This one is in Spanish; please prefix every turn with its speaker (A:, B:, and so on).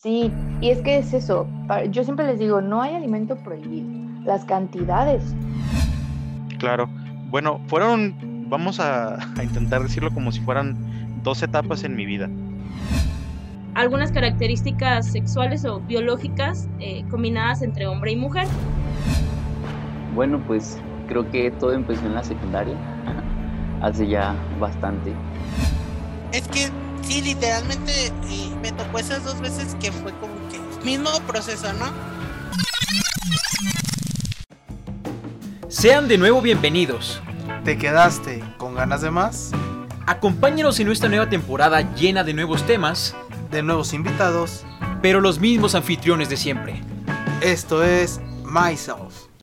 A: Sí, y es que es eso. pa- Yo siempre les digo, no hay alimento prohibido. Las cantidades.
B: Claro. Bueno, fueron, vamos a, a intentar decirlo como si fueran dos etapas en mi vida.
C: Algunas características sexuales o biológicas eh, combinadas entre hombre y mujer.
D: Bueno, pues creo que todo empezó en la secundaria, hace ya bastante.
E: Es que sí, literalmente eh, me tocó esas dos veces que fue como que mismo proceso, ¿no?
F: Sean de nuevo bienvenidos.
G: ¿Te quedaste con ganas de más?
F: Acompáñenos en nuestra nueva temporada llena de nuevos temas,
G: De nuevos invitados,
F: pero los mismos anfitriones de siempre.
G: esto es Myself.